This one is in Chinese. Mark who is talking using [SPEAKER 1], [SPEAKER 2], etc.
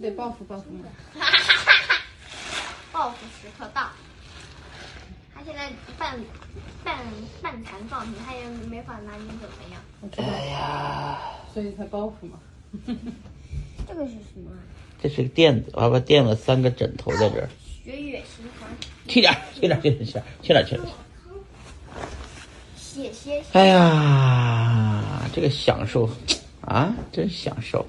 [SPEAKER 1] 得报复报复嘛。
[SPEAKER 2] 哈哈哈哈！报复时刻到。他现在半半半残状态，他也没法拿你怎么样。
[SPEAKER 1] 我知道，所以才报复嘛。
[SPEAKER 2] 这个是什么啊？
[SPEAKER 3] 这是个垫子，娃娃垫了三个枕头在这儿。
[SPEAKER 2] 血血循环，
[SPEAKER 3] 去点儿，去点儿，去点儿，去点儿，去点儿。
[SPEAKER 2] 血血血。
[SPEAKER 3] 哎呀，这个享受啊，真享受。